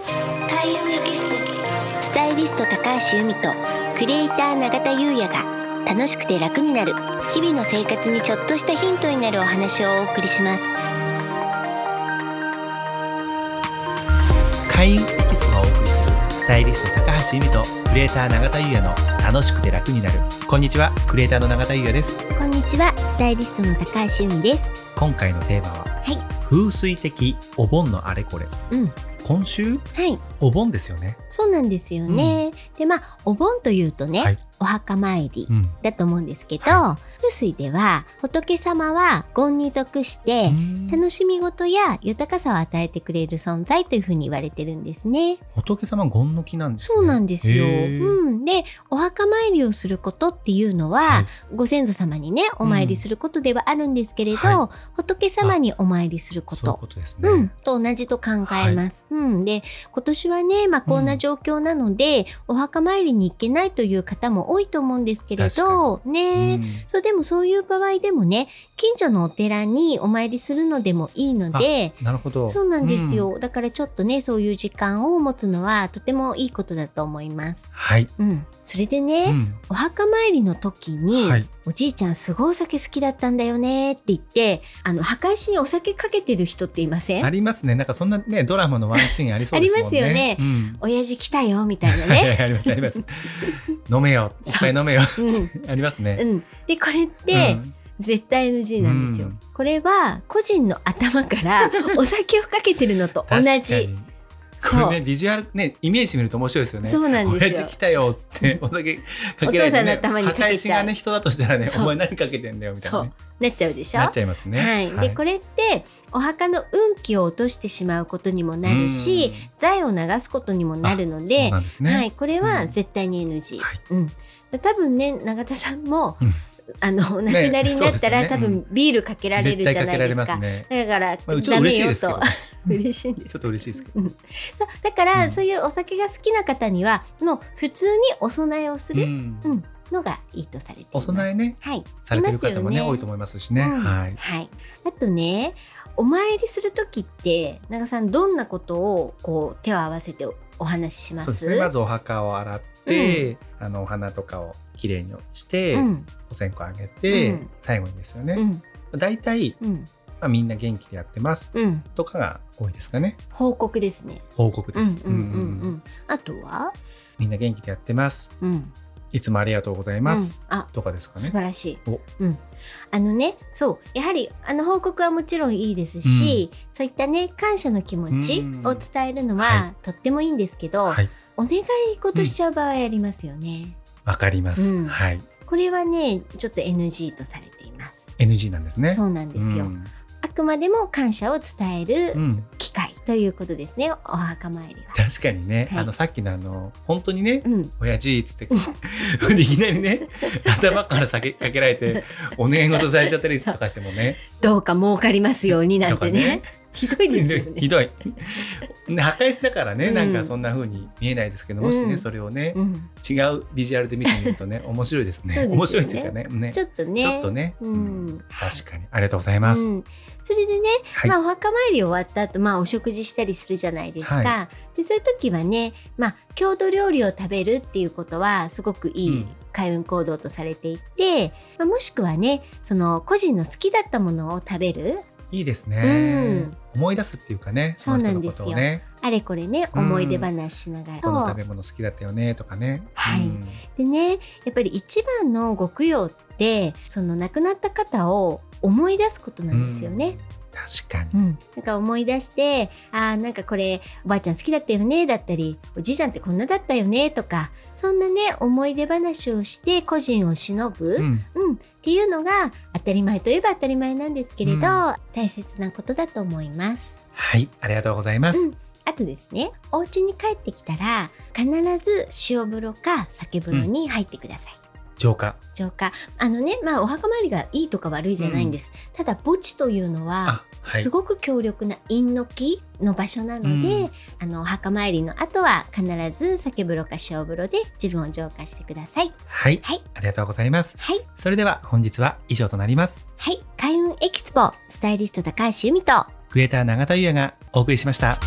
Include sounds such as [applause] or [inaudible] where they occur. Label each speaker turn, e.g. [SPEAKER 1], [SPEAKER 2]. [SPEAKER 1] 井由也キススタイリスト高橋由美とクリエイター永田優也が楽しくて楽になる日々の生活にちょっとしたヒントになるお話をお送りします
[SPEAKER 2] 会員エキスポがお送りするスタイリスト高橋由美とクリエイター永田優也の楽しくて楽になるこんにちはクリエイターの永田優也です
[SPEAKER 1] こんにちはスタイリストの高橋由美です
[SPEAKER 2] 今回のテーマは、
[SPEAKER 1] い
[SPEAKER 2] 風水的お盆のあれこれ
[SPEAKER 1] うん
[SPEAKER 2] 今週
[SPEAKER 1] はい
[SPEAKER 2] お盆ですよね
[SPEAKER 1] そうなんですよね、でまあお盆というとね、
[SPEAKER 2] はい
[SPEAKER 1] お墓参り
[SPEAKER 2] うん
[SPEAKER 1] だと思うんですけど、
[SPEAKER 2] は
[SPEAKER 1] 風水では仏様は権に属して、楽しみ事や豊かさを与えてくれる存在というふうに言われてるんですね。
[SPEAKER 2] 仏様ゴンの木なんですね
[SPEAKER 1] そうなんですよ。
[SPEAKER 2] へー
[SPEAKER 1] うん、で、お墓参りをすることっていうのは、
[SPEAKER 2] はい
[SPEAKER 1] ご先祖様にね、お参りすることではあるんですけれど、
[SPEAKER 2] は
[SPEAKER 1] 仏様にお参りするこ
[SPEAKER 2] そういう
[SPEAKER 1] と。
[SPEAKER 2] ことですね、
[SPEAKER 1] うん、と同じと考えます。うん。で、今年はね、まあ、こんな状況なので、お墓参りに行けないという方も多いと思うんですけれど、ね、
[SPEAKER 2] うん
[SPEAKER 1] そう、でもそういう場合でもね、近所のお寺にお参りするのでもいいので、
[SPEAKER 2] なるほど
[SPEAKER 1] そうなんですよ、
[SPEAKER 2] うん
[SPEAKER 1] だからちょっとね、そういう時間を持つのはとてもいいことだと思います。
[SPEAKER 2] はい、
[SPEAKER 1] うん。それで
[SPEAKER 2] う
[SPEAKER 1] ね、
[SPEAKER 2] ん
[SPEAKER 1] お墓参りの時に、
[SPEAKER 2] はい
[SPEAKER 1] おじいちゃんすごいお酒好きだったんだよねって言って、あの、墓石にお酒かけてる人っていません
[SPEAKER 2] ありますねなんかそんなねドラマのワンシーンありそうですもんね
[SPEAKER 1] ありますよね
[SPEAKER 2] うん
[SPEAKER 1] 親父来たよみたいな
[SPEAKER 2] はいは
[SPEAKER 1] ね。
[SPEAKER 2] い [laughs] ありますあります飲
[SPEAKER 1] [laughs]
[SPEAKER 2] めよいっぱい飲めよ
[SPEAKER 1] うん。
[SPEAKER 2] [laughs] ありますね、
[SPEAKER 1] うん。で、これって、
[SPEAKER 2] うん
[SPEAKER 1] 絶対 NG なんですよ、
[SPEAKER 2] うん
[SPEAKER 1] これは個人の頭からお酒をかけてるのと同
[SPEAKER 2] [laughs] 確か
[SPEAKER 1] じ、
[SPEAKER 2] にこ
[SPEAKER 1] そう
[SPEAKER 2] れねビジュアルねイメージしてみると面白いですよね
[SPEAKER 1] そうなんです
[SPEAKER 2] 親
[SPEAKER 1] よ
[SPEAKER 2] 父来たよっつってお酒かけられ
[SPEAKER 1] お父さ
[SPEAKER 2] て、ね、
[SPEAKER 1] んの頭にかけちゃう
[SPEAKER 2] 墓石がね人だとしたらね
[SPEAKER 1] そう
[SPEAKER 2] お前何かけてんだよみたいな、ね、
[SPEAKER 1] なっちゃうでしょ
[SPEAKER 2] なっちゃいますね
[SPEAKER 1] はい、でこれってお墓の運気を落としてしまうことにもなるし、財を流すことにもなるの
[SPEAKER 2] うん
[SPEAKER 1] で
[SPEAKER 2] そうなんですね、
[SPEAKER 1] はい、これは
[SPEAKER 2] うん
[SPEAKER 1] 絶対に NG、
[SPEAKER 2] はい
[SPEAKER 1] うん、多分ね永田さんも、
[SPEAKER 2] うん
[SPEAKER 1] あのお亡くなりになったら、
[SPEAKER 2] ねそうですね
[SPEAKER 1] 多
[SPEAKER 2] う
[SPEAKER 1] 分ビールかけられ
[SPEAKER 2] 絶
[SPEAKER 1] る
[SPEAKER 2] 対
[SPEAKER 1] じゃ
[SPEAKER 2] か
[SPEAKER 1] な
[SPEAKER 2] け
[SPEAKER 1] い
[SPEAKER 2] ら
[SPEAKER 1] で
[SPEAKER 2] れ
[SPEAKER 1] す
[SPEAKER 2] ます
[SPEAKER 1] か。
[SPEAKER 2] ね
[SPEAKER 1] だから、
[SPEAKER 2] まあうちも
[SPEAKER 1] ダメ
[SPEAKER 2] 嬉しい
[SPEAKER 1] よ
[SPEAKER 2] ですけ
[SPEAKER 1] [laughs]
[SPEAKER 2] ど
[SPEAKER 1] と嬉しいんです
[SPEAKER 2] ちょっと嬉しいですけど
[SPEAKER 1] そうだから、
[SPEAKER 2] うん
[SPEAKER 1] そういうお酒が好きな方にはもう普通にお供えをす
[SPEAKER 2] う
[SPEAKER 1] る
[SPEAKER 2] ん
[SPEAKER 1] うんのがいいとされています。
[SPEAKER 2] お供えね
[SPEAKER 1] はい、
[SPEAKER 2] されてる方もね
[SPEAKER 1] いますよね
[SPEAKER 2] 多いと思いますしね、
[SPEAKER 1] うん
[SPEAKER 2] はい
[SPEAKER 1] はい、あとねお参りする時って長さんどんなことをこう手を合わせておお話ししま
[SPEAKER 2] そうですすねまずお墓を洗って、あのお花とかをきれいにして、
[SPEAKER 1] うん
[SPEAKER 2] お線香あげて、
[SPEAKER 1] うん
[SPEAKER 2] 最後にですよ
[SPEAKER 1] う
[SPEAKER 2] ね、
[SPEAKER 1] ん
[SPEAKER 2] 大体、
[SPEAKER 1] うん
[SPEAKER 2] まあ、みんな元気でやってます
[SPEAKER 1] うん
[SPEAKER 2] とかが多いですかね
[SPEAKER 1] 報告ですね。
[SPEAKER 2] 報告
[SPEAKER 1] う
[SPEAKER 2] で
[SPEAKER 1] ん
[SPEAKER 2] す、
[SPEAKER 1] うんうんう
[SPEAKER 2] う
[SPEAKER 1] んん。あとは、
[SPEAKER 2] みんな元気でやってます
[SPEAKER 1] うん、
[SPEAKER 2] いつもありがとうございます、
[SPEAKER 1] うんあ
[SPEAKER 2] とかですか
[SPEAKER 1] 素
[SPEAKER 2] ね
[SPEAKER 1] 晴らしい
[SPEAKER 2] お。
[SPEAKER 1] うん、あのね、そう、やはりあの報告はもちろんいいですし、そういったね感謝の気持ち
[SPEAKER 2] うん
[SPEAKER 1] を伝えるのは、
[SPEAKER 2] は
[SPEAKER 1] とってもいいんですけど、
[SPEAKER 2] はい
[SPEAKER 1] お願い事しちゃう場合ありますよね。
[SPEAKER 2] わかります、
[SPEAKER 1] うん
[SPEAKER 2] はい
[SPEAKER 1] これはね、ちょっと NG とされています。
[SPEAKER 2] NG なんですね
[SPEAKER 1] そううなんですよ。
[SPEAKER 2] ん
[SPEAKER 1] あくまでも感謝を伝え
[SPEAKER 2] う
[SPEAKER 1] る
[SPEAKER 2] ん
[SPEAKER 1] 機会ということですね、お墓参りは。
[SPEAKER 2] 確かにね、
[SPEAKER 1] はい
[SPEAKER 2] あのさっきのあの本当にね
[SPEAKER 1] うん、
[SPEAKER 2] 親父っつって [laughs] いきな
[SPEAKER 1] [laughs]
[SPEAKER 2] りね頭から酒かけられてお願い事されちゃったりとかしてもね
[SPEAKER 1] どうか儲かりますようになんてね。[laughs]
[SPEAKER 2] と
[SPEAKER 1] ひどいですよ
[SPEAKER 2] ひ
[SPEAKER 1] ね。
[SPEAKER 2] どいね破壊しだからね、
[SPEAKER 1] うん
[SPEAKER 2] なんかそんな風に見えないですけどもし
[SPEAKER 1] う
[SPEAKER 2] ね、
[SPEAKER 1] ん
[SPEAKER 2] それをね、
[SPEAKER 1] うん、
[SPEAKER 2] 違うビジュアルで見てみる
[SPEAKER 1] [laughs]
[SPEAKER 2] とね面白いですね
[SPEAKER 1] そうですよね
[SPEAKER 2] 面白いっていうかねね
[SPEAKER 1] ちょっとね。
[SPEAKER 2] ちょっとね、
[SPEAKER 1] う
[SPEAKER 2] うん
[SPEAKER 1] ん、
[SPEAKER 2] 確かにありがとうございます、
[SPEAKER 1] うん、それでね、
[SPEAKER 2] はい、
[SPEAKER 1] まあ、お墓参り終わった後、まあお食事したりするじゃないですか、
[SPEAKER 2] は
[SPEAKER 1] でそういう時はね、まあ、郷土料理を食べるっていうことはすごくい
[SPEAKER 2] うん
[SPEAKER 1] い開運行動とされていて、まあ、もしくはねその個人の好きだったものを食べる
[SPEAKER 2] いいですね、
[SPEAKER 1] うん
[SPEAKER 2] 思い出すっていうかねその人のことをね
[SPEAKER 1] あれこれね
[SPEAKER 2] うん
[SPEAKER 1] 思い出話しながら、
[SPEAKER 2] この
[SPEAKER 1] そう
[SPEAKER 2] 食べ物好きだったよねとかね、
[SPEAKER 1] はい
[SPEAKER 2] うん
[SPEAKER 1] でねやっぱり一番のご供養ってその亡くなった方を思い出すことなんですよね。
[SPEAKER 2] うん確かに
[SPEAKER 1] うん、なんか思い出してあーなんかこれおばあちゃん好きだったよねだったりおじいちゃんってこんなだったよねとかそんなね思い出話をして個人を忍ぶ、う
[SPEAKER 2] うんん
[SPEAKER 1] っていうのが当たり前といえば当たり前なんですけれど、
[SPEAKER 2] うん
[SPEAKER 1] 大切なことだと思います。
[SPEAKER 2] はいありがとうございます、
[SPEAKER 1] うんあとですねお家に帰ってきたら必ず塩風呂か酒風呂に入ってください。
[SPEAKER 2] 浄化
[SPEAKER 1] 浄化あのねまあお墓参りがいいとか悪いじゃないんです、ただ墓地というのは
[SPEAKER 2] あはい
[SPEAKER 1] すごく強力な陰の木の場所なの
[SPEAKER 2] う
[SPEAKER 1] で、あのお墓参りの後は必ず酒風呂か塩風呂で自分を浄化してください
[SPEAKER 2] はい、
[SPEAKER 1] はい
[SPEAKER 2] ありがとうございます
[SPEAKER 1] はい
[SPEAKER 2] それでは本日は以上となります
[SPEAKER 1] はい開運エキスポスタイリスト高橋由美と
[SPEAKER 2] クリエイター永田優也がお送りしました